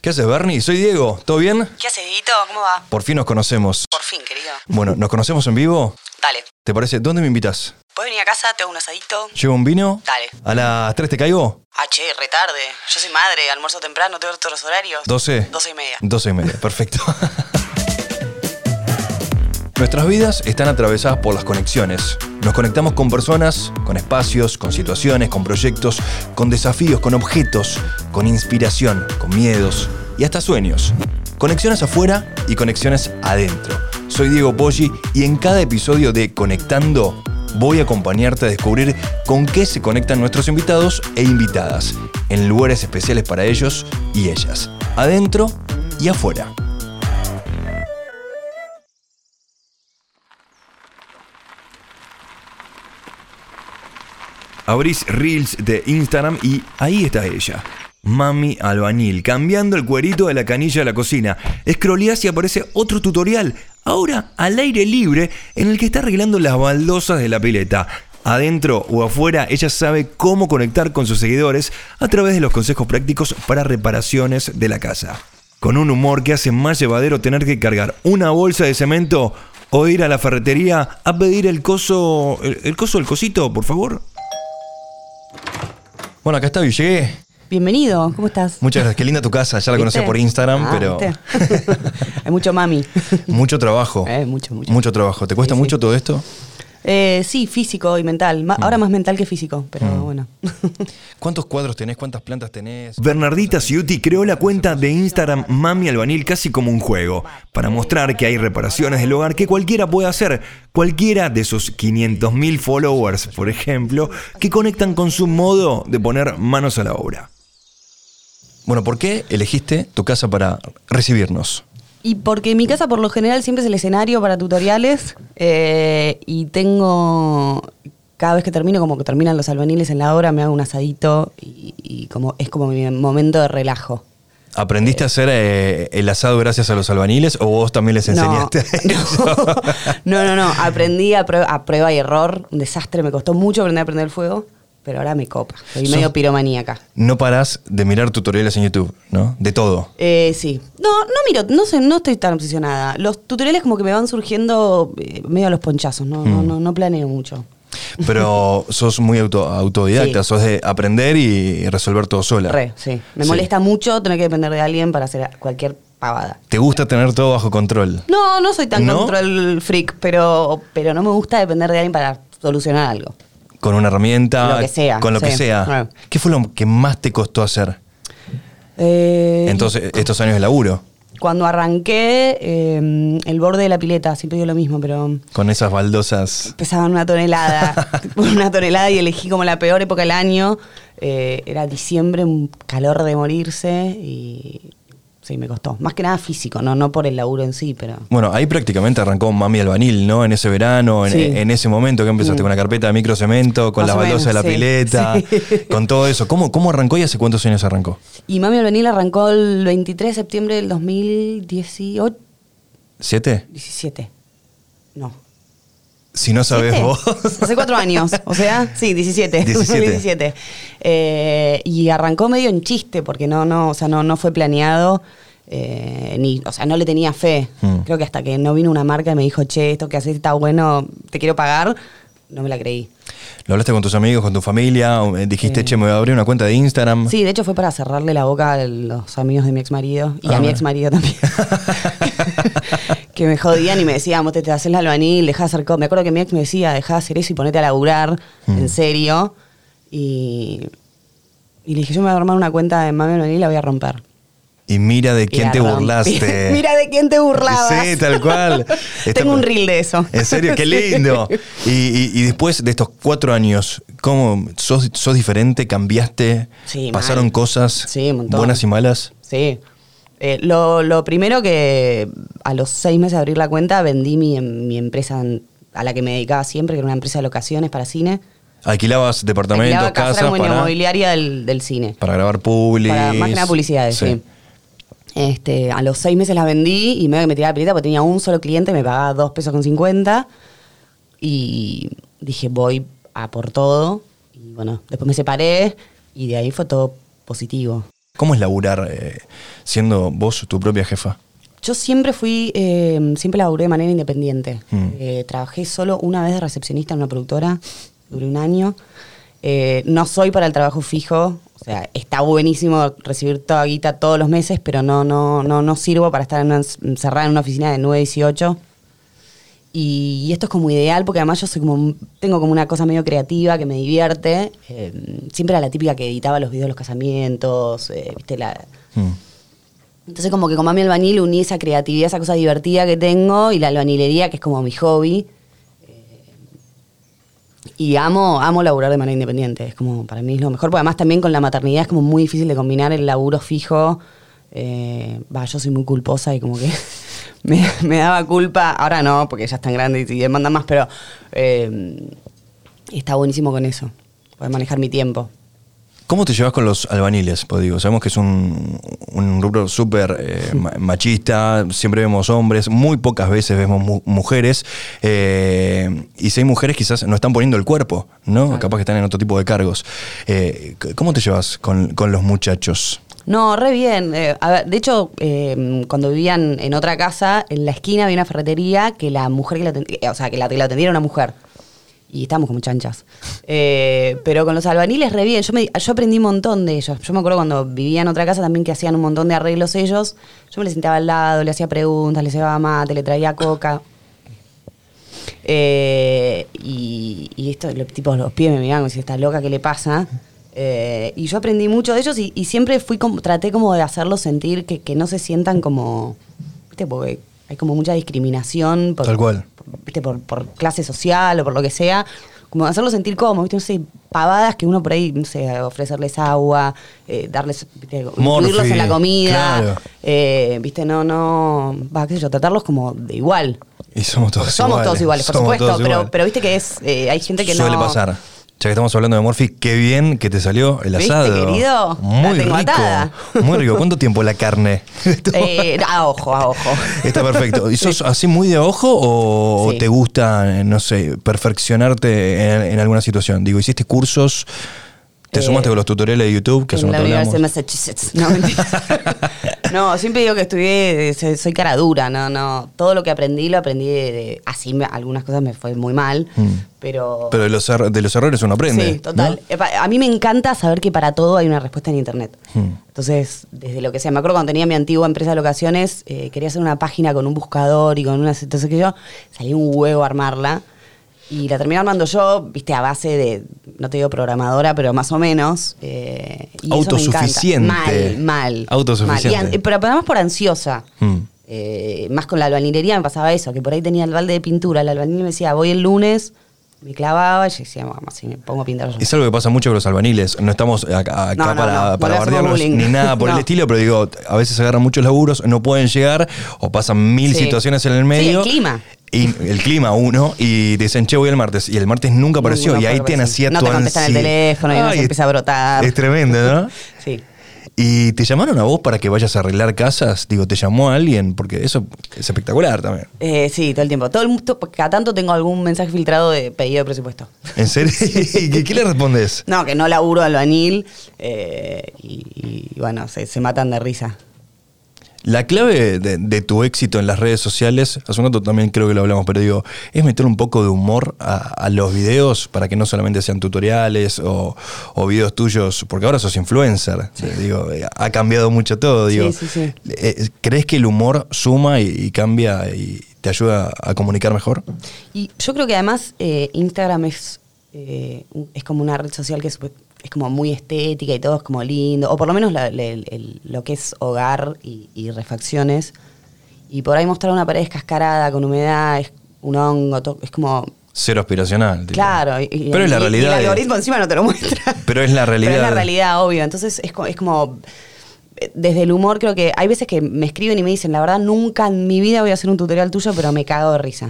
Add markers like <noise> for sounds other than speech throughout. ¿Qué haces, Bernie? Soy Diego. ¿Todo bien? ¿Qué haces, Dito? ¿Cómo va? Por fin nos conocemos. Por fin, querido. Bueno, ¿nos conocemos en vivo? Dale. ¿Te parece? ¿Dónde me invitas? ¿Puedes venir a casa? ¿Te hago un asadito? ¿Llevo un vino? Dale. ¿A las 3 te caigo? Ah, che, retarde. Yo soy madre, almuerzo temprano, tengo todos los horarios. 12. Doce y media. 12 y media, perfecto. Nuestras vidas están atravesadas por las conexiones. Nos conectamos con personas, con espacios, con situaciones, con proyectos, con desafíos, con objetos, con inspiración, con miedos y hasta sueños. Conexiones afuera y conexiones adentro. Soy Diego Poggi y en cada episodio de Conectando voy a acompañarte a descubrir con qué se conectan nuestros invitados e invitadas, en lugares especiales para ellos y ellas, adentro y afuera. Abrís Reels de Instagram y ahí está ella. Mami Albañil, cambiando el cuerito de la canilla de la cocina. Escroleás y aparece otro tutorial, ahora al aire libre, en el que está arreglando las baldosas de la pileta. Adentro o afuera, ella sabe cómo conectar con sus seguidores a través de los consejos prácticos para reparaciones de la casa. Con un humor que hace más llevadero tener que cargar una bolsa de cemento o ir a la ferretería a pedir el coso. el, el coso, el cosito, por favor. Bueno, acá está, y llegué. Bienvenido, ¿cómo estás? Muchas gracias. Qué linda tu casa. Ya la conocí ¿Viste? por Instagram, Ah, pero ¿viste? Hay mucho mami. <laughs> mucho trabajo. Eh, mucho, mucho. Mucho trabajo. ¿Te cuesta Sí, sí. mucho todo esto? Eh, sí, físico y mental. Ma- Mm. Ahora más mental que físico, pero bueno. ¿Cuántos cuadros tenés? ¿Cuántas plantas tenés? Bernardita Ciuti creó la cuenta de Instagram Mami Albanil casi como un juego, para mostrar que hay reparaciones del hogar que cualquiera puede hacer. Cualquiera de sus 500.000 followers, por ejemplo, que conectan con su modo de poner manos a la obra. Bueno, ¿por qué elegiste tu casa para recibirnos? Y porque mi casa por lo general siempre es el escenario para tutoriales eh, y tengo, cada vez que termino, como que terminan los albaniles en la obra, me hago un asadito y, y como es como mi momento de relajo. ¿Aprendiste a hacer eh, el asado gracias a los albaniles o vos también les enseñaste? <laughs> No, no, no, no, aprendí a, prue- a prueba y error, un desastre, me costó mucho aprender a prender el fuego, pero ahora me copa, soy Sos- medio piromaníaca. No parás de mirar tutoriales en YouTube, ¿no? De todo. Eh, sí. No, no miro, no sé, no estoy tan obsesionada. Los tutoriales como que me van surgiendo eh, medio a los ponchazos, no, Mm. no, no, no planeo mucho. <laughs> Pero sos muy auto- autodidacta, Sí. sos de aprender y resolver todo sola. Re, sí. Me Sí. molesta mucho tener que depender de alguien para hacer cualquier pavada. ¿Te gusta tener todo bajo control? No, no soy tan ¿No? control freak, pero, pero no me gusta depender de alguien para solucionar algo. Con una herramienta, Lo que sea, con lo que sí. sea. Ah. ¿Qué fue lo que más te costó hacer? Eh, Entonces, estos años de laburo, Cuando arranqué, eh, el borde de la pileta, siempre digo lo mismo, pero con esas baldosas. pesaban <laughs> una tonelada, tipo, una tonelada y elegí como la peor época del año. Eh, era diciembre, un calor de morirse y sí, me costó. Más que nada físico, no, no por el laburo en sí, pero... Bueno, ahí prácticamente arrancó Mami Albanil, ¿no? En ese verano, en, Sí. Mm. en ese momento que empezaste con la carpeta de microcemento, con Más las o baldosas de la menos, sí. pileta, <laughs> Sí. con todo eso. ¿Cómo, ¿Cómo arrancó y hace cuántos años arrancó? Y Mami Albanil arrancó el 23 de septiembre del 2018, ¿Siete? 17. No. Si no sabes ¿Siete? vos. <laughs> Hace cuatro años, o sea, sí, 17. 17. 2017. Eh, y arrancó medio en chiste, porque no, no, o sea, no, no fue planeado, eh, ni, o sea, no le tenía fe. Mm. Creo que hasta que no vino una marca y me dijo, che, esto que haces está bueno, te quiero pagar, no me la creí. ¿Lo hablaste con tus amigos, con tu familia? ¿O, eh, ¿Dijiste, che, me voy a abrir una cuenta de Instagram? Sí, de hecho fue para cerrarle la boca a los amigos de mi ex marido y Ah, a mi mira. ex <laughs> marido también. que me jodían y me decían, vos te, te haces la albanil, dejá de hacer cosas. Me acuerdo que mi ex me decía, dejá de hacer eso y ponete a laburar, Mm. en serio. Y, y le dije, yo me voy a armar una cuenta de mami albanil y la voy a romper. Y mira de Y quién la te rompí. <laughs> burlaste. Mira de quién te burlabas. Sí, tal cual. Está- <laughs> Tengo un reel de eso. En serio, qué <laughs> Sí. lindo. Y, y- y después de estos cuatro años, ¿cómo sos, sos diferente? ¿Cambiaste? Sí, ¿Pasaron mal. cosas Sí, un montón. buenas y malas? Sí. Eh, lo, lo primero que a los seis meses de abrir la cuenta vendí mi, mi empresa en- a la que me dedicaba siempre, que era una empresa de locaciones para cine. ¿Alquilabas departamentos, Alquilaba casa casas como una para, inmobiliaria del, del cine. para grabar publis? Para, más que nada publicidades, sí. Este, a los seis meses la vendí y medio que me tiraba la pileta porque tenía un solo cliente y me pagaba dos pesos con cincuenta. Y dije, voy a por todo. Y bueno, después me separé y de ahí fue todo positivo. ¿Cómo es laburar eh, siendo vos tu propia jefa? Yo siempre fui, eh, siempre laburé de manera independiente. Eh, trabajé solo una vez de recepcionista en una productora, duré un año. Eh, no soy para el trabajo fijo, o sea, está buenísimo recibir toda guita todos los meses, pero no, no, no, no sirvo para estar en una- encerrada en una oficina de 9 a 18. Y, y esto es como ideal, porque además yo soy como, tengo como una cosa medio creativa que me divierte. Eh, siempre era la típica que editaba los videos de los casamientos, eh, viste, la, Mm. entonces como que con Mami Albanil uní esa creatividad, esa cosa divertida que tengo y la albanilería, que es como mi hobby. Eh, Y amo, amo laburar de manera independiente, es como para mí es lo mejor, porque además también con la maternidad es como muy difícil de combinar el laburo fijo. Eh, Va, yo soy muy culposa y como que <laughs> me, me daba culpa, ahora no, porque ya están grandes y demandan más, pero eh, está buenísimo con eso, poder manejar mi tiempo. ¿Cómo te llevas con los albaniles? Pues digo, sabemos que es un, un rubro súper eh, ma- machista, siempre vemos hombres, muy pocas veces vemos mu- mujeres, eh, y si hay mujeres quizás no están poniendo el cuerpo, ¿no? Capaz que están en otro tipo de cargos. Eh, c- ¿Cómo te llevas con, con los muchachos? No, re bien. Eh, a ver, de hecho, eh, cuando vivían en otra casa, en la esquina había una ferretería que la mujer que la atendía, o sea, que la que la atendía era una mujer. Y estábamos como chanchas. Eh, pero con los albaniles re bien. Yo, me, yo aprendí un montón de ellos. Yo me acuerdo cuando vivía en otra casa también que hacían un montón de arreglos ellos. Yo me les sentaba al lado, le hacía preguntas, le llevaba mate, le traía coca. Eh, y, y esto, los tipos, los pies me miraban como si está loca, ¿qué le pasa? Eh, y yo aprendí mucho de ellos y, y siempre fui como, traté como de hacerlos sentir que, que no se sientan como, viste, porque hay como mucha discriminación por, Tal cual. por- viste, por, por clase social o por lo que sea, como hacerlos sentir cómodos, viste, no sé, pavadas que uno por ahí, no sé, ofrecerles agua, eh, darles, viste, incluirlos en la comida, claro. eh, viste, no, no, va, qué sé yo, tratarlos como de igual. Y somos todos Somos iguales. todos iguales, por somos supuesto, todos pero, iguales. pero viste que es eh, hay gente que Suele no... pasar. Ya que estamos hablando de Morphy, qué bien que te salió el ¿Viste, asado. querido? La Muy tengo rico. atada. Muy rico. ¿Cuánto tiempo la carne? <laughs> Eh, a ojo, a ojo. Está perfecto. ¿Y sos así muy de ojo o, o Sí. te gusta, eh, no sé, perfeccionarte en, en alguna situación? Digo, ¿hiciste cursos? ¿Te Eh, sumaste con los tutoriales de YouTube? Que eso en no la te Universidad de hablamos. Massachusetts. <laughs> No, mentira. no, siempre digo que estudié, eh, soy, soy cara dura, no, no. Todo lo que aprendí lo aprendí de... de- así me- algunas cosas me fue muy mal, pero... Mm. Pero de los, er- de los errores uno aprende. Sí, total. ¿no? Eh, pa- A mí me encanta saber que para todo hay una respuesta en internet. Hmm. Entonces, desde lo que sea, me acuerdo cuando tenía mi antigua empresa de locaciones, eh, quería hacer una página con un buscador y con unas. Entonces, que yo salí un huevo a armarla. Y la terminé armando yo, viste, a base de, no te digo programadora, pero más o menos. eh, y eso me encanta. Autosuficiente. Mal, mal. Autosuficiente. mal. Y an- pero además por ansiosa. Mm. Eh, más con la albanilería me pasaba eso, que por ahí tenía el balde de pintura, el albanil me decía, voy el lunes, me clavaba y yo decía, mamá, si me pongo a pintar yo". Es algo que pasa mucho con los albaniles. No estamos acá, acá No, no, para, no. No para le hacemos bardearlos bullying. ni nada por el No. estilo, pero digo, a veces agarran muchos laburos, no pueden llegar o pasan mil Sí. situaciones en Sí, el el medio. clima. Y el clima, uno, y te dicen, che, voy el martes. Y el martes nunca apareció. Ninguno y ahí puede te aparecer. nacía No tu te contestan el ansi- teléfono y uno se Ay, empieza a brotar. Es tremendo, ¿no? Sí. ¿Y te llamaron a vos para que vayas a arreglar casas? Digo, ¿te llamó alguien? Porque eso es espectacular también. Eh, sí, todo el tiempo. Todo el mundo, cada tanto tengo algún mensaje filtrado de pedido de presupuesto. ¿En serio? <laughs> ¿Y ¿Qué, qué le respondes? No, que no laburo albanil eh, y, y, bueno, se, se matan de risa. La clave de, de tu éxito en las redes sociales, hace un rato también creo que lo hablamos, pero digo, es meter un poco de humor a, a los videos para que no solamente sean tutoriales o, o videos tuyos, porque ahora sos influencer. Digo, eh, ha cambiado mucho todo. Digo, sí, sí. Eh, ¿Crees que el humor suma y, y cambia y te ayuda a comunicar mejor? Y yo creo que además eh, Instagram es, eh, un- es como una red social que es, es como muy estética y todo es como lindo, o por lo menos la- la- el- el- lo que es hogar y, y refacciones. Y por ahí mostrar una pared descascarada, con humedad, es un hongo, todo- es como... Cero aspiracional. tipo. Claro, y- y- pero es la y- y realidad. el algoritmo encima no te lo muestra. Pero es la realidad. Pero es la realidad, obvio. Entonces es, co- es como. eh, Desde el humor, creo que hay veces que me escriben y me dicen, la verdad, nunca en mi vida voy a hacer un tutorial tuyo, pero me cago de risa.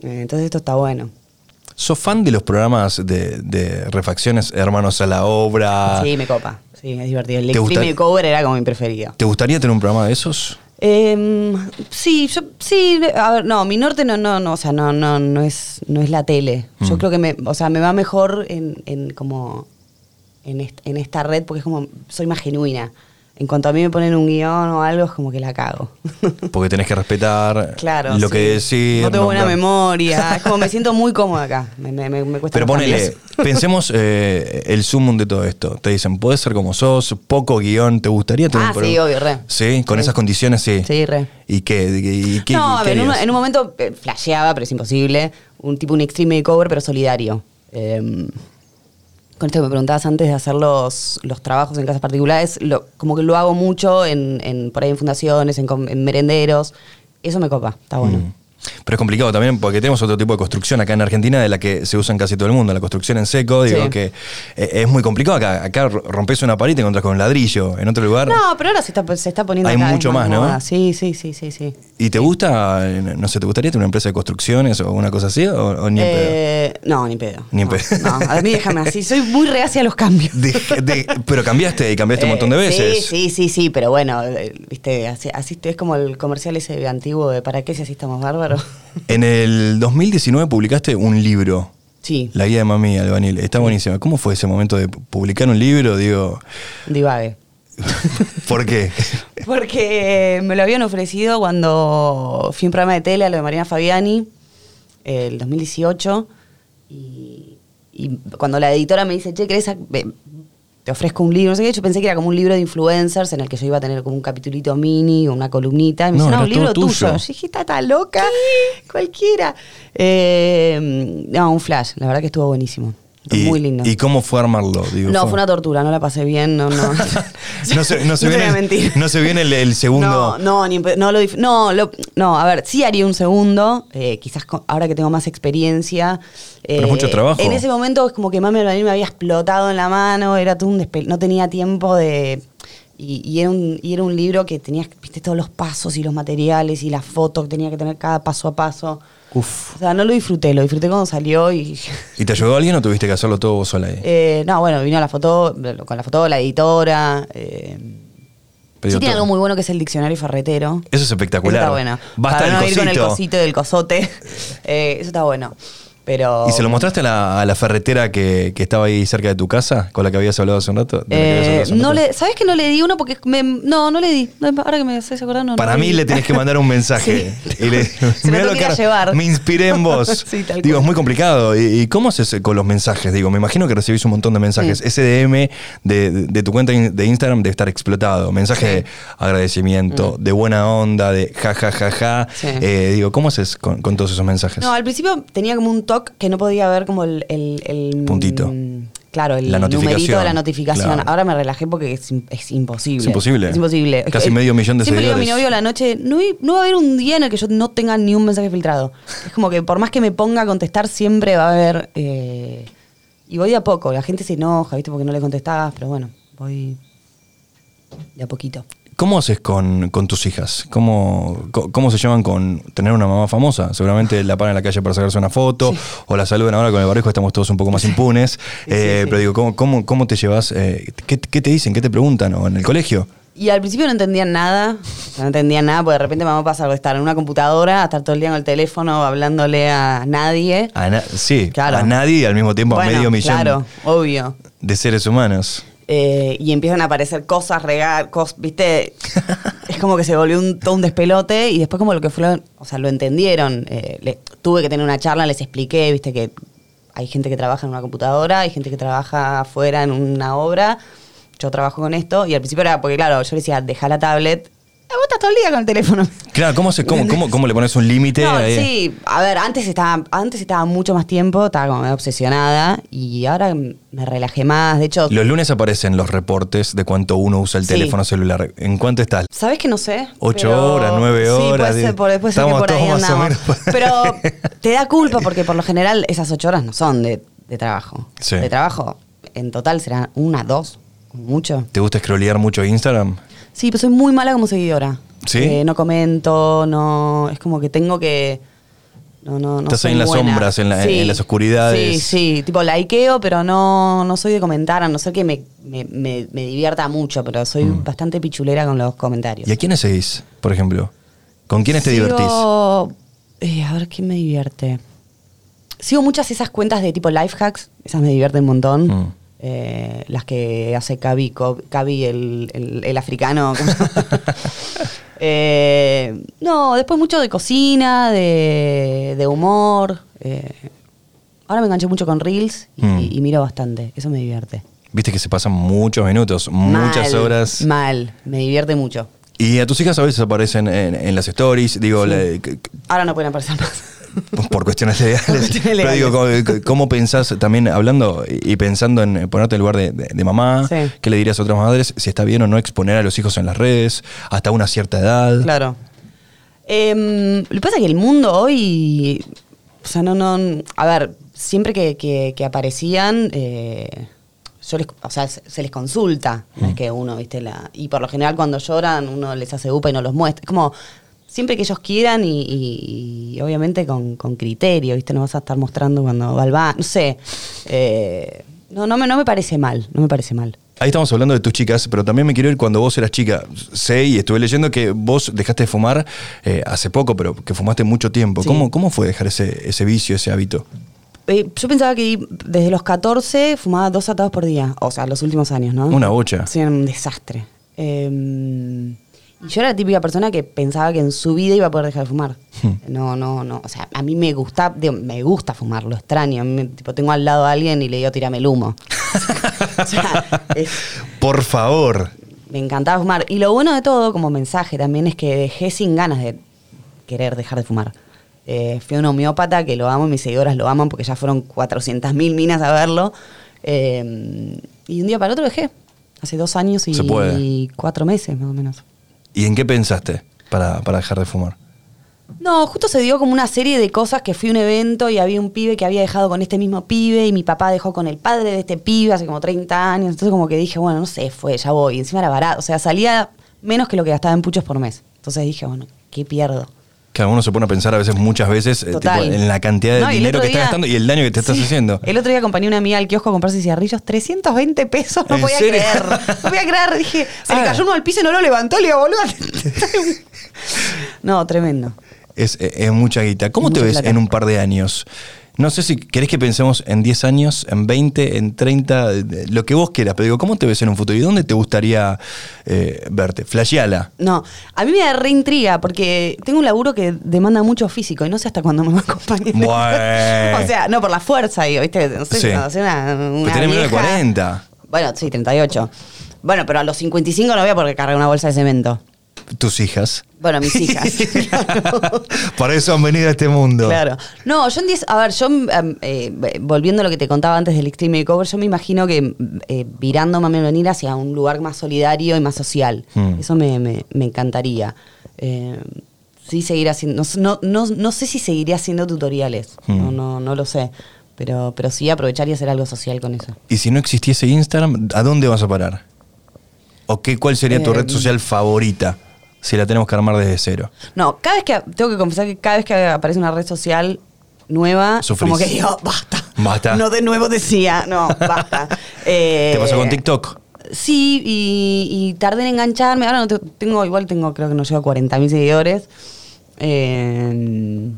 Eh, Entonces esto está bueno. ¿Sos fan de los programas de, de refacciones, hermanos a la obra? Sí, me copa. Sí, es divertido. El Ah. ¿Te gusta- extreme cover era como mi preferido. ¿Te gustaría tener un programa de esos? Em, sí, yo, sí, a ver, no, mi norte no, no, no, o sea, no, no, no es, no es la tele. Mm. Yo creo que me, o sea, me va mejor en, en como en, est- en esta red porque es como soy más genuina. En cuanto a mí me ponen un guión o algo, es como que la cago. <laughs> Porque tenés que respetar Claro. lo sí. que decís. No tengo buena nombrar. <laughs> memoria. Es como me siento muy cómoda acá. Me, me- me- me cuesta Pero los cambios. <laughs> ponele, <laughs> pensemos eh, el sumum de todo esto. Te dicen, puedes ser como sos, poco guión, ¿te gustaría tener Ah, un sí, pro- obvio, re. Sí, con esas condiciones, sí. Sí, re. ¿Y qué? ¿Y qué- no, a qué ver, en un, harías? en un momento eh, flasheaba, pero es imposible, un tipo, un extreme makeover, pero solidario. Eh, con esto que me preguntabas antes de hacer los, los trabajos en casas particulares, lo- como que lo hago mucho en, en- por ahí en fundaciones, en, com- en merenderos. Eso me copa, está bueno. Mm. Pero es complicado también porque tenemos otro tipo de construcción acá en Argentina de la que se usa en casi todo el mundo, la construcción en seco, digo Sí. que eh, es muy complicado acá, acá rompes una pared y te encontrás con un ladrillo, en otro lugar. No, pero ahora se está, se está poniendo Hay cada vez mucho más, de ¿no? moda. Sí, sí, sí, sí, sí. ¿Y te gusta, eh, no sé, te gustaría tener una empresa de construcciones o una cosa así o, o ni en pedo? Eh, no, ni pedo. Ni en no, pedo. No, a mí déjame así. Soy muy reacia a los cambios. De- de- pero cambiaste y cambiaste un montón de Eh, veces. Sí, sí, sí, sí, pero bueno, eh, viste, así, así es como el comercial ese antiguo de ¿para qué si así estamos <laughs> bárbaros? En el 2019 publicaste un libro, Sí, La guía de mami albanil. Está buenísima. ¿Cómo fue ese momento de publicar un libro? Digo, <laughs> divague. ¿por <laughs> qué? Porque me lo habían ofrecido cuando fui a un programa de tele a lo de Mariana Fabiani, el 2018, y, y cuando la editora me dice, che, ¿querés ac- ve, te ofrezco un libro, no sé qué, yo pensé que era como un libro de influencers en el que yo iba a tener como un capitulito mini o una columnita. Y me No, dice, no, era un todo libro tuyo. tuyo. Yo dije, está tan loca, cualquiera. Eh, no, un flash, la verdad que estuvo buenísimo. Y- Muy lindo. ¿Y cómo fue armarlo? Digo, no, fue una tortura, no la pasé bien, no, no. <laughs> no <laughs> se, no se te voy viene, a mentir. no se viene el, el segundo. No, no, ni en pe- no, lo, dif- no, lo- no, a ver, sí haría un segundo, eh, quizás co- ahora que tengo más experiencia. eh, Pero es mucho trabajo. En ese momento es como que Mami Albanil me había explotado en la mano, era todo un despe- no tenía tiempo de... Y, y era un, y era un libro que tenías, viste, todos los pasos y los materiales y las fotos que tenía que tener cada paso a paso. Uf. O sea, no lo disfruté, lo disfruté cuando salió y... <laughs> ¿Y te ayudó alguien o tuviste que hacerlo todo vos sola? ahí? eh, no, bueno, vino la foto, con la foto, la editora. eh. Pedido sí tiene todo. algo muy bueno que es el diccionario ferretero. Eso es espectacular. Eso está bueno. Basta Para el no ir con el cosito. cosito del cosote. <laughs> Eh, eso está bueno. Pero. ¿Y se lo mostraste a la, a la ferretera que, que estaba ahí cerca de tu casa, con la que habías hablado hace un rato? De la que habías hablado Eh, hace un no rato? le, ¿Sabes que no le di uno? Porque me- no, no le di. No, ahora que me haces acordar, no. no Para mí di. le tenés que mandar un mensaje. <laughs> Sí. Y le- Se <laughs> Mirá lo tengo que ir a llevar. Me inspiré en vos. <laughs> Sí, tal Digo, cual. es muy complicado. ¿Y, y cómo haces con los mensajes? Digo, me imagino que recibís un montón de mensajes. Sí. SDM de, de tu cuenta in- de Instagram debe estar explotado. Mensaje de Sí. Mm. agradecimiento, de buena onda, de ja, ja, ja, ja. Sí. Eh, digo, ¿cómo haces con, con todos esos mensajes? No, al principio tenía como un toque que no podía ver como el. el- el- Puntito. mm, Claro, el La notificación. numerito de la notificación. Claro. Ahora me relajé porque es, im- es imposible. Es imposible. Es imposible. Casi Es- medio millón de siempre le digo a mi seguidores. novio la noche, no, hay- no va a haber un día en el que yo no tenga ni un mensaje filtrado. Es como que por más que me ponga a contestar, siempre va a haber... eh, y voy de a poco. La gente se enoja, ¿viste? Porque no le contestabas, pero bueno, voy de a poquito. ¿Cómo haces con, con tus hijas? ¿Cómo, co- ¿Cómo se llevan con tener una mamá famosa? Seguramente la paran en la calle para sacarse una foto o la saludan ahora con el barbijo, estamos todos un poco más impunes. Eh, sí. Pero digo, ¿cómo, cómo, cómo te llevas? eh, ¿qué, qué te dicen? ¿Qué te preguntan? ¿O en el colegio? Y al principio no entendían nada, o sea, no entendían nada, porque de repente mamá pasa de estar en una computadora a estar todo el día con el teléfono hablándole a nadie. A na- sí, Claro. a nadie y al mismo tiempo a Bueno, medio millón Claro, obvio. de seres humanos. Eh, y empiezan a aparecer cosas, regar, cos- ¿viste? es como que se volvió un, todo un despelote y después como lo que fue, o sea, lo entendieron. Eh, le- tuve que tener una charla, les expliqué, ¿viste? Que hay gente que trabaja en una computadora, hay gente que trabaja afuera en una obra. Yo trabajo con esto y al principio era porque, claro, yo le decía, deja la tablet. "Ah, Vos estás todo el día con el teléfono. Claro, ¿cómo, se, cómo, cómo, cómo le pones un límite? Eh, No, ahí? sí, a ver, antes estaba, antes estaba mucho más tiempo, estaba como medio obsesionada y ahora me relajé más. De hecho, Los lunes aparecen los reportes de cuánto uno usa el Sí. teléfono celular. ¿En cuánto estás? ¿Sabes que no sé? Ocho Pero- horas, nueve Sí, horas, puede diez. ser, por, puede ser que Estamos por ahí todos más o andamos. menos por Pero ahí. <laughs> te da culpa porque por lo general esas ocho horas no son de, de trabajo. Sí. De trabajo, en total serán una, dos, como mucho. ¿Te gusta scrollear mucho Instagram? Sí, pero soy muy mala como seguidora. ¿Sí? Eh, no comento, no. Es como que tengo que. No, no, no. Estás soy ahí en las buena. sombras, en la- en las oscuridades. Sí, sí. Tipo likeo, pero no, no soy de comentar, a no ser que me, me- me- me divierta mucho, pero soy bastante pichulera con los comentarios. Mm. ¿Y a quiénes seguís, por ejemplo? ¿Con quiénes te Sigo- divertís? eh, a ver, ¿qué me divierte? Sigo muchas esas cuentas de tipo life hacks, esas me divierten un montón. Mm. eh, las que hace Cavi, Co- Cavi el, el- el africano. <laughs> ¿cómo se llama? <laughs> Eh, no, después mucho de cocina, de, de humor. eh. ahora me enganché mucho con Reels y, Mm. y miro bastante, eso me divierte. Viste que se pasan muchos minutos, muchas Mal, horas. Mal, me divierte mucho. Y a tus hijas a veces aparecen en, en las stories, digo, la- c- c- Ahora no pueden aparecer más. por cuestiones <laughs> legales. cuestiones Pero legales. digo, ¿cómo- ¿cómo, pensás también hablando y y pensando en ponerte en el lugar de, de- de mamá? Sí. ¿Qué le dirías a otras madres? Si está bien o no exponer a los hijos en las redes hasta una cierta edad. Claro. Em, lo que pasa es que el mundo hoy. O sea, no, no. A ver, siempre que, que- que aparecían. eh, yo les- o sea, se se les consulta, no es que uno, viste, la, y por lo general cuando lloran uno les hace upa y no los muestra. Es como siempre que ellos quieran y, y- y obviamente con, con criterio, viste, no vas a estar mostrando cuando va al ba- no sé. Eh, no, no me, no me parece mal, no me parece mal. Ahí estamos hablando de tus chicas, pero también me quiero ir cuando vos eras chica. Sé y estuve leyendo que vos dejaste de fumar eh, hace poco, pero que fumaste mucho tiempo. Sí. ¿Cómo, ¿Cómo fue dejar ese, ese vicio, ese hábito? Eh, yo pensaba que desde los 14 fumaba dos atados por día, o sea, los últimos años, ¿no? Una bocha. Sí, <laughs> era un desastre. Eh, y yo era la típica persona que pensaba que en su vida iba a poder dejar de fumar. No, no, no. O sea, a mí me gusta, digo, me gusta fumar, lo extraño. A mí me- tipo, tengo al lado a alguien y le digo, tirame el humo. o sea, es- Por favor. me encantaba fumar. Y lo bueno de todo, como mensaje también, es que dejé sin ganas de querer dejar de fumar. Eh, fui a un homeópata que lo amo, mis seguidoras lo aman porque ya fueron 400.000 minas a verlo. Eh, y de un día para otro dejé. Hace dos años y Se puede. cuatro meses, más o menos. ¿Y en qué pensaste para, para dejar de fumar? No, justo se dio como una serie de cosas que fui a un evento y había un pibe que había dejado con este mismo pibe y mi papá dejó con el padre de este pibe hace como 30 años. Entonces como que dije, bueno, no sé, fue, ya voy. Y encima era barato. O sea, salía menos que lo que gastaba en puchos por mes. Entonces dije, bueno, ¿qué pierdo? Cada uno se pone a pensar a veces, muchas veces, eh, tipo, Total. en la cantidad de No, y el dinero otro que estás día- gastando y el daño que te estás Sí. haciendo. El otro día acompañé a una amiga al kiosco a comprarse cigarrillos, 320 pesos, no ¿En podía serio? creer. No podía creer, dije, se Ah. le cayó uno al piso y no lo levantó, le digo, boludo. <laughs> no, tremendo. Es, es- es mucha guita. ¿Cómo Es te mucha ves plata. en un par de años? No sé si querés que pensemos en 10 años, en 20, en 30, eh, lo que vos quieras, pero digo, ¿cómo te ves en un futuro? ¿Y dónde te gustaría eh, verte? Flasheala. No, a mí me da reintriga porque tengo un laburo que demanda mucho físico y no sé hasta cuándo me va a acompañar. Bué. <laughs> o sea, no, por la fuerza, digo, ¿viste? No sé, Sí. no, soy una, Pero una tenés menos de vieja. 40. Bueno, sí, 38. Bueno, pero a los 55 no voy a porque cargar una bolsa de cemento. Tus hijas. <laughs> Bueno, mis hijas. claro. Para eso han venido a este mundo. Claro. No, yo en 10, a ver, yo em, eh, volviendo a lo que te contaba antes del Extreme Makeover, yo me imagino que mm, eh, virando Mami Venir hacia un lugar más solidario y más social. Mm. Eso me, me- me encantaría. Eh, sí seguir haciendo, no, no, no sé si seguiré haciendo tutoriales, Mm. no, no, no lo sé, pero, pero sí aprovechar y hacer algo social con eso. Y si no existiese Instagram, ¿a dónde vas a parar? ¿O qué, cuál sería tu Eh, red social favorita? Si la tenemos que armar desde cero. No, cada vez que, tengo que confesar que cada vez que aparece una red social nueva, Sufrís. como que digo, basta. Basta. No de nuevo decía, no, basta. Eh, <laughs> ¿Te pasó con TikTok? Sí, y, y tardé en engancharme. Ahora no te- tengo, igual tengo, creo que no llego a 40.000 seguidores. Eh,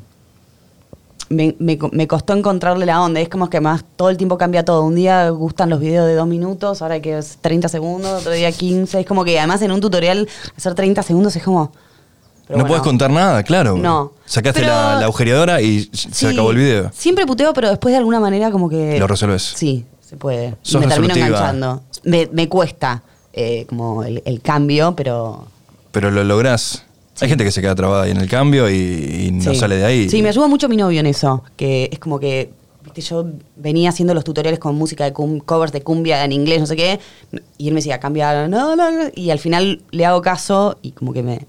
me, me co- me costó encontrarle la onda. Es como que más todo el tiempo cambia todo. Un día gustan los videos de dos minutos, ahora hay que es 30 segundos, otro día 15. Es como que además en un tutorial hacer 30 segundos es como. pero no bueno. puedes contar nada, claro. No. Sacaste Pero- la, la agujereadora y se Sí, acabó el video. Siempre puteo, pero después de alguna manera como que... Lo resolvés. Sí, se puede. Y Sos me termino resolutiva. enganchando. Me, me cuesta eh, como el, el cambio, pero... Pero lo lográs. Hay gente que se queda trabada ahí en el cambio y, y no sí. sale de ahí. Sí, me ayuda mucho mi novio en eso, que es como que... viste, Yo venía haciendo los tutoriales con música de cum- covers de cumbia en inglés, no sé qué, y él me decía, cambia, no, no, no", y al final le hago caso y como que me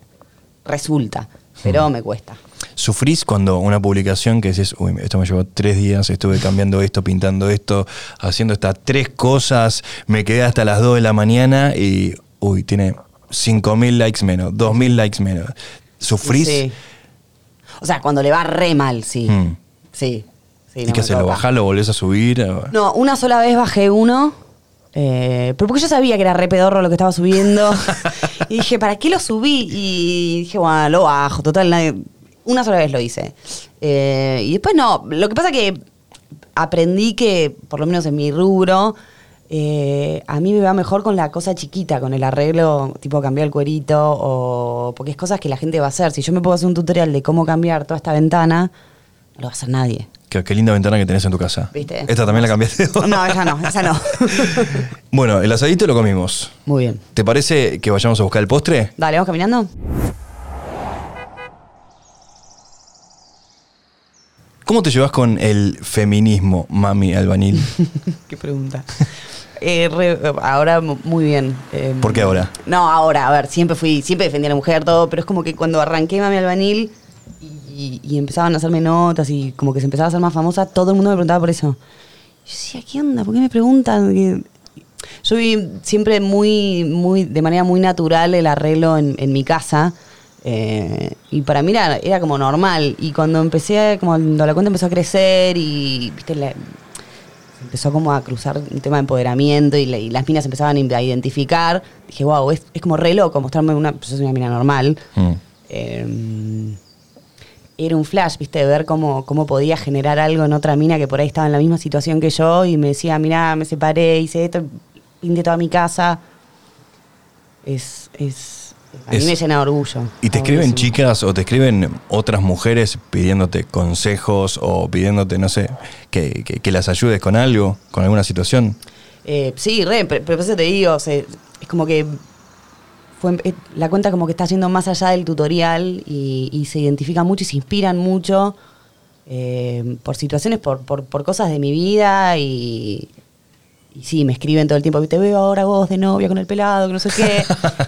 resulta, Hmm. pero me cuesta. ¿Sufrís cuando una publicación que decís, uy, esto me llevó tres días, estuve cambiando esto, pintando esto, haciendo estas tres cosas, me quedé hasta las dos de la mañana y, uy, tiene 5.000 likes menos, 2.000 likes menos? ¿Sufrís? Sí. O sea, cuando le va re mal, sí. Mm. Sí. sí, ¿Y no que me se lo copa. bajás, lo volvés a subir? No, una sola vez bajé uno. eh, pero porque yo sabía que era re pedorro lo que estaba subiendo. y dije, ¿para qué lo subí? Y dije, bueno, lo bajo. Total, nadie- una sola vez lo hice. Eh, y después no. Lo que pasa que aprendí que, por lo menos en mi rubro, Eh, a mí me va mejor con la cosa chiquita, con el arreglo, tipo cambiar el cuerito, o porque es cosas que la gente va a hacer. Si yo me puedo hacer un tutorial de cómo cambiar toda esta ventana, no lo va a hacer nadie. Qué, qué linda ventana que tenés en tu casa. ¿Viste? Esta también la cambiaste. No, esa no, esa no. bueno, el asadito lo comimos. Muy bien. ¿Te parece que vayamos a buscar el postre? Dale, vamos caminando. ¿Cómo te llevas con el feminismo, mami <laughs> albanil? <laughs> Qué pregunta. Eh, re- ahora mu- muy bien. Eh, ¿Por qué ahora? No, ahora, a ver, siempre fui, siempre defendí a la mujer, todo, pero es como que cuando arranqué Mami Albanil y, y empezaban a hacerme notas y como que se empezaba a hacer más famosa, todo el mundo me preguntaba por eso. Yo decía, ¿qué onda? ¿Por qué me preguntan? Que- Yo vi siempre muy, muy, de manera muy natural el arreglo en, en mi casa. eh, y para mí era, era como normal. Y cuando empecé, como cuando la cuenta empezó a crecer y, viste, la- empezó como a cruzar un tema de empoderamiento y, la- y las minas empezaban a identificar. Dije, wow, es, es como re loco mostrarme una, pues es una mina normal. Mm. Eh, era un flash, viste, de ver cómo, cómo podía generar algo en otra mina que por ahí estaba en la misma situación que yo y me decía, mira, me separé, hice esto, pinté toda mi casa. Es, es, a Es- mí me llena de orgullo. ¿Y te Está escriben Ah, buenísimo. chicas o te escriben otras mujeres pidiéndote consejos o pidiéndote, no sé, que, que- que las ayudes con algo, con alguna situación? Eh, sí, re, pero, pero por eso te digo, o sea, es como que fue- eh, la cuenta como que está yendo más allá del tutorial y, y se identifica mucho y se inspiran mucho eh, por situaciones, por, por- por cosas de mi vida y, y sí, me escriben todo el tiempo, te veo ahora vos de novia con el pelado, que no sé qué,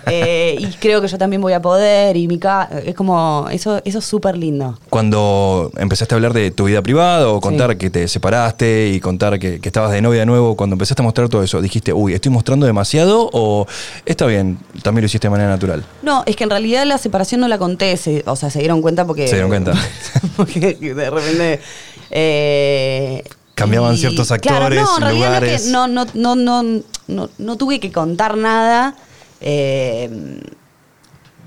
eh, y creo que yo también voy a poder y mi ca es como, eso, eso es súper lindo. Cuando empezaste a hablar de tu vida privada o contar Sí. que te separaste y contar que, que estabas de novia de nuevo, cuando empezaste a mostrar todo eso, dijiste, uy, estoy mostrando demasiado o está bien, también lo hiciste de manera natural. No, es que en realidad la separación no la conté, se- o sea, se dieron cuenta porque... Se dieron cuenta. <laughs> porque de repente... eh, Cambiaban ciertos actores, no, en realidad no es lugares. que- No, no, no, no, no- no tuve que contar nada, eh,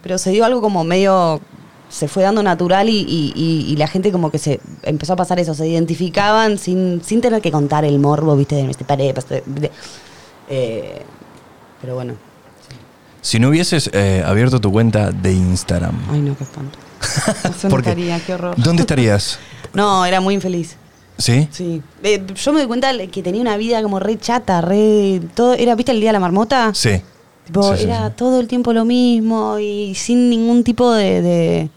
pero se dio algo como medio... Se fue dando natural y, y- y- y la gente como que se empezó a pasar eso, se identificaban sin, sin tener que contar el morbo, viste, de me separé, pasé- de- eh, pero bueno, Si no hubieses eh, abierto tu cuenta de Instagram, Ay, no, <laughs> qué espanto. no ¿Por qué? estaría, qué ¿dónde estarías? No, era muy infeliz. ¿Sí? Sí. Eh, yo me di cuenta que tenía una vida como re chata, re. Todo, era, ¿viste el día de la marmota? Sí. Tipo, Sí, sí, era sí. todo el tiempo lo mismo y sin ningún tipo de. de- eh,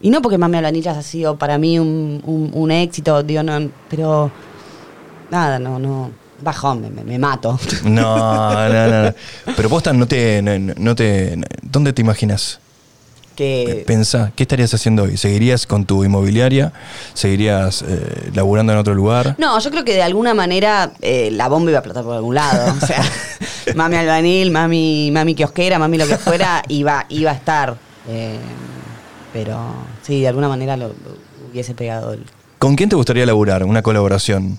y no porque Mami Albanillas ha sido para mí un, un- un éxito, digo, no, pero. Nada, no, no. Bajón, me, me- me mato. <laughs> No, no, no. no. Pero posta, no te, no, no te. ¿Dónde te imaginas? que. Pensá, ¿qué estarías haciendo hoy? ¿Seguirías con tu inmobiliaria? ¿Seguirías eh, laburando en otro lugar? No, yo creo que de alguna manera eh, la bomba iba a explotar por algún lado. <laughs> O sea, mami albanil, mami, mami kiosquera, mami lo que fuera, iba, iba a estar. Eh, pero sí, de alguna manera lo, lo hubiese pegado el. ¿Con quién te gustaría laburar? ¿Una colaboración?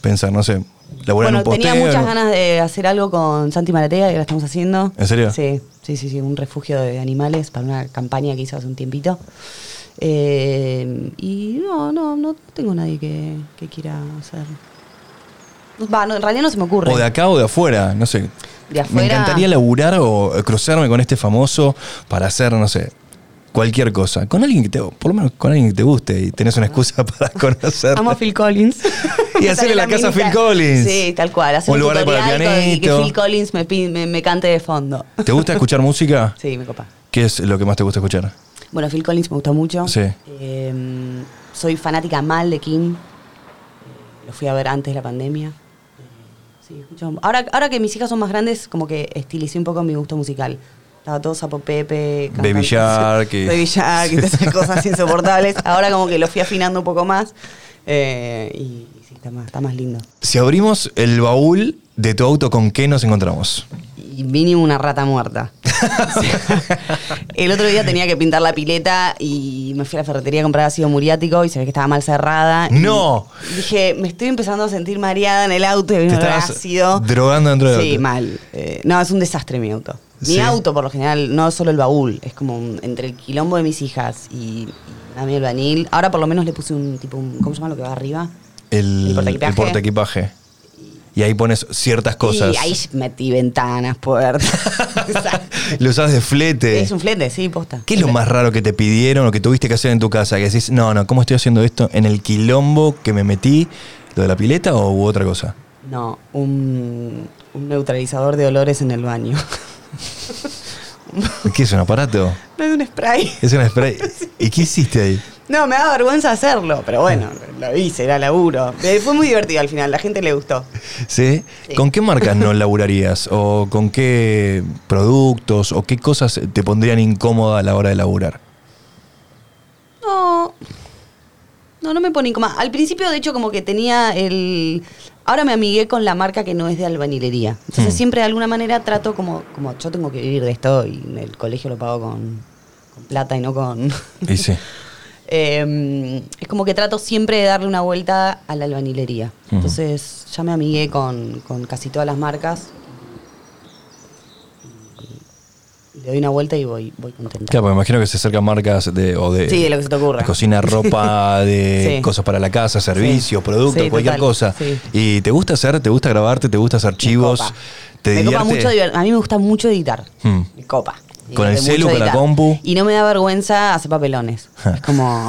Pensar, no sé. ¿Laburar en Bueno, un posteo? tenía muchas ganas de hacer algo con Santi Maratea, que la estamos haciendo. ¿En serio? Sí, sí, sí, sí, un refugio de animales para una campaña que hizo hace un tiempito. Eh, y no, no, no tengo nadie que, que quiera hacer. Va, no, en realidad no se me ocurre. O de acá o de afuera, no sé. De Me afuera. encantaría laburar o eh, cruzarme con este famoso para hacer, no sé, cualquier cosa. Con alguien que te, por lo menos con alguien que te guste y tenés una excusa <laughs> para conocer. Amo a Phil Collins. <laughs> Y hacerle la casa a Phil Collins. Sí, tal cual. Hacer Un un, lugar ahí para el tutorial con- y que pianito. Phil Collins me, pi- me- me cante de <laughs> fondo. ¿Te gusta escuchar música? Sí, me copa. ¿Qué es lo que más te gusta escuchar? Bueno, Phil Collins me gustó mucho. Sí. Eh, soy fanática mal de King. Lo fui a ver antes de la pandemia. Eh, Sí, escucho- Ahora, ahora que mis hijas son más grandes, como que estilicé un poco mi gusto musical. Estaba todo Sapo Pepe, Baby cantantes- Shark y- Baby Shark y todas <laughs> esas cosas insoportables. Ahora como que lo fui afinando un poco más. eh, y, y sí, está más, está más lindo. Si abrimos el baúl de tu auto, ¿con qué nos encontramos? Y mínimo una <laughs> rata muerta. O sea, el otro día tenía que pintar la pileta y me fui a la ferretería a comprar ácido muriático y se ve que estaba mal cerrada. Y ¡No! Dije, me estoy empezando a sentir mareada en el auto y Te vino el estabas ácido. drogando dentro del Sí, auto. mal. Eh, no, es un desastre mi auto. Mi Sí. auto, por lo general, no solo el baúl, es como un- entre el quilombo de mis hijas y, y a mí el vanil. Ahora por lo menos le puse un tipo, un, ¿cómo se llama lo que va arriba? El, El portaequipaje. el portaequipaje. y ahí pones ciertas cosas. Y ahí metí ventanas, puertas. <laughs> <laughs> Lo usabas de flete. es un flete, sí, posta. ¿Qué es lo más raro que te pidieron o que tuviste que hacer en tu casa? Que decís, no, no, ¿cómo estoy haciendo esto? ¿En el quilombo que me metí? ¿Lo de la pileta o u otra cosa? No, un, un neutralizador de olores en el baño. <laughs> ¿Qué es un aparato? no es un spray. ¿Es un spray? <laughs> ¿Y qué hiciste ahí? No, me da vergüenza hacerlo, pero bueno, lo hice, era laburo. Eh, Fue muy divertido al final, la gente le gustó. ¿Sí? ¿Con qué marcas <laughs> no laburarías? ¿O con qué productos? ¿O qué cosas te pondrían incómoda a la hora de laburar? No. No, no me pone incómoda. Al principio, de hecho, como que tenía el. Ahora me amigué con la marca que no es de albanilería. Entonces Hmm. siempre de alguna manera trato como, como yo tengo que vivir de esto y en el colegio lo pago con, con plata y no con. Y sí. Eh, es como que trato siempre de darle una vuelta a la albanilería. Ujú. Entonces ya me amigué con, con casi todas las marcas. Y Le doy una vuelta y voy, voy contenta. Claro, porque me imagino que se acercan marcas de, o de, Sí, de lo que se te ocurra. de <laughs> cocina, ropa, de Sí. cosas para la casa, servicios, productos, Sí, cualquier total. cosa. Sí. Y te gusta hacer, te gusta grabarte, te gusta hacer chivos, copa. te me copa divierte. mucho diver- A mí me gusta mucho editar. Hmm. Me copa. Me Con el divierte celu, mucho con la editar. compu. Y no me da vergüenza hacer papelones. Es <laughs> como.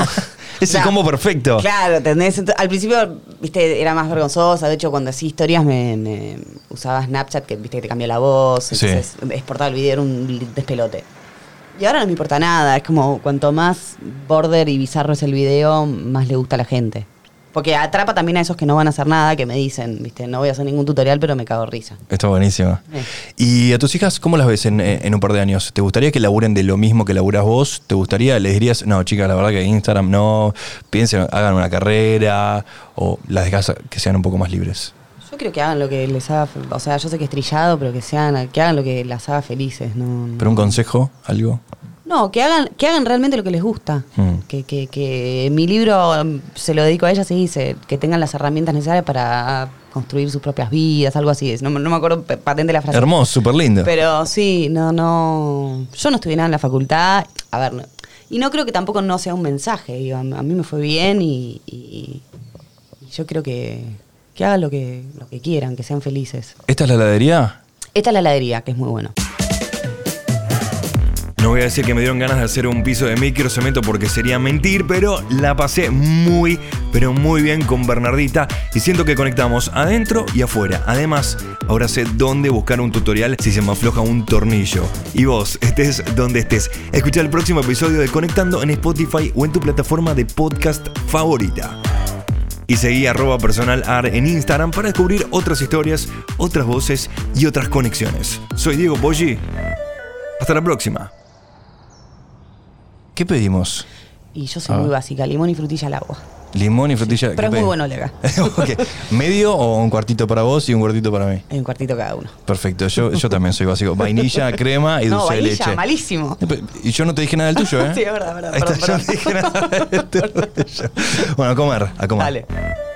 Es el Nah. combo perfecto. Claro, ¿entendés? Ent- Al principio, viste, era más vergonzosa. De hecho, cuando hacía historias me, me usaba Snapchat, que viste que te cambia la voz. Sí. Entonces, exportar el video era un despelote. Y ahora no me importa nada. Es como cuanto más border y bizarro es el video, más le gusta a la gente. Porque atrapa también a esos que no van a hacer nada, que me dicen, viste, no voy a hacer ningún tutorial, pero me cago en risa. Está buenísima. Eh. ¿Y a tus hijas cómo las ves en, eh, en un par de años? ¿Te gustaría que laburen de lo mismo que laburás vos? ¿Te gustaría? ¿Les dirías, no, chicas, la verdad que Instagram no, piensen, hagan una carrera o las dejas que sean un poco más libres? Yo creo que hagan lo que les haga, fe- o sea, yo sé que es trillado, pero que sean, que hagan lo que las haga felices, no. ¿Pero un consejo? ¿Algo? No, que hagan, que hagan realmente lo que les gusta. Mm. Que, que, que mi libro mm, se lo dedico a ellas y dice que tengan las herramientas necesarias para construir sus propias vidas, algo así. es. No, me- no me acuerdo pe- patente la frase. Hermoso, súper lindo. Pero sí, no, no. Yo no estudié nada en la facultad. A ver, no- y no creo que tampoco no sea un mensaje. digo, a mí me fue bien y, y- y yo creo que, que hagan lo que, lo que quieran, que sean felices. ¿Esta es la heladería? Esta es la heladería, que es muy bueno. No voy a decir que me dieron ganas de hacer un piso de microcemento porque sería mentir, pero la pasé muy, pero muy bien con Bernardita y siento que conectamos adentro y afuera. Además, ahora sé dónde buscar un tutorial si se me afloja un tornillo. Y vos, estés donde estés. Escucha el próximo episodio de Conectando en Spotify o en tu plataforma de podcast favorita. Y seguí arroba personalar en Instagram para descubrir otras historias, otras voces y otras conexiones. Soy Diego Poggi. Hasta la próxima. ¿Qué pedimos? Y yo soy Ah. muy básica, limón y frutilla al agua. Limón y frutilla. Pero es muy bueno el de acá. <laughs> acá. ¿Medio o un cuartito para vos y un cuartito para mí? Hay un cuartito cada uno. Perfecto, yo, yo también soy básico. <laughs> Vainilla, crema y no, dulce de vainilla, leche. malísimo. Y yo no te dije nada del <laughs> tuyo, ¿eh? Sí, es verdad, verdad, Ahí está, yo perdón, <laughs> no te dije nada del tuyo. Bueno, a comer, a comer. Dale.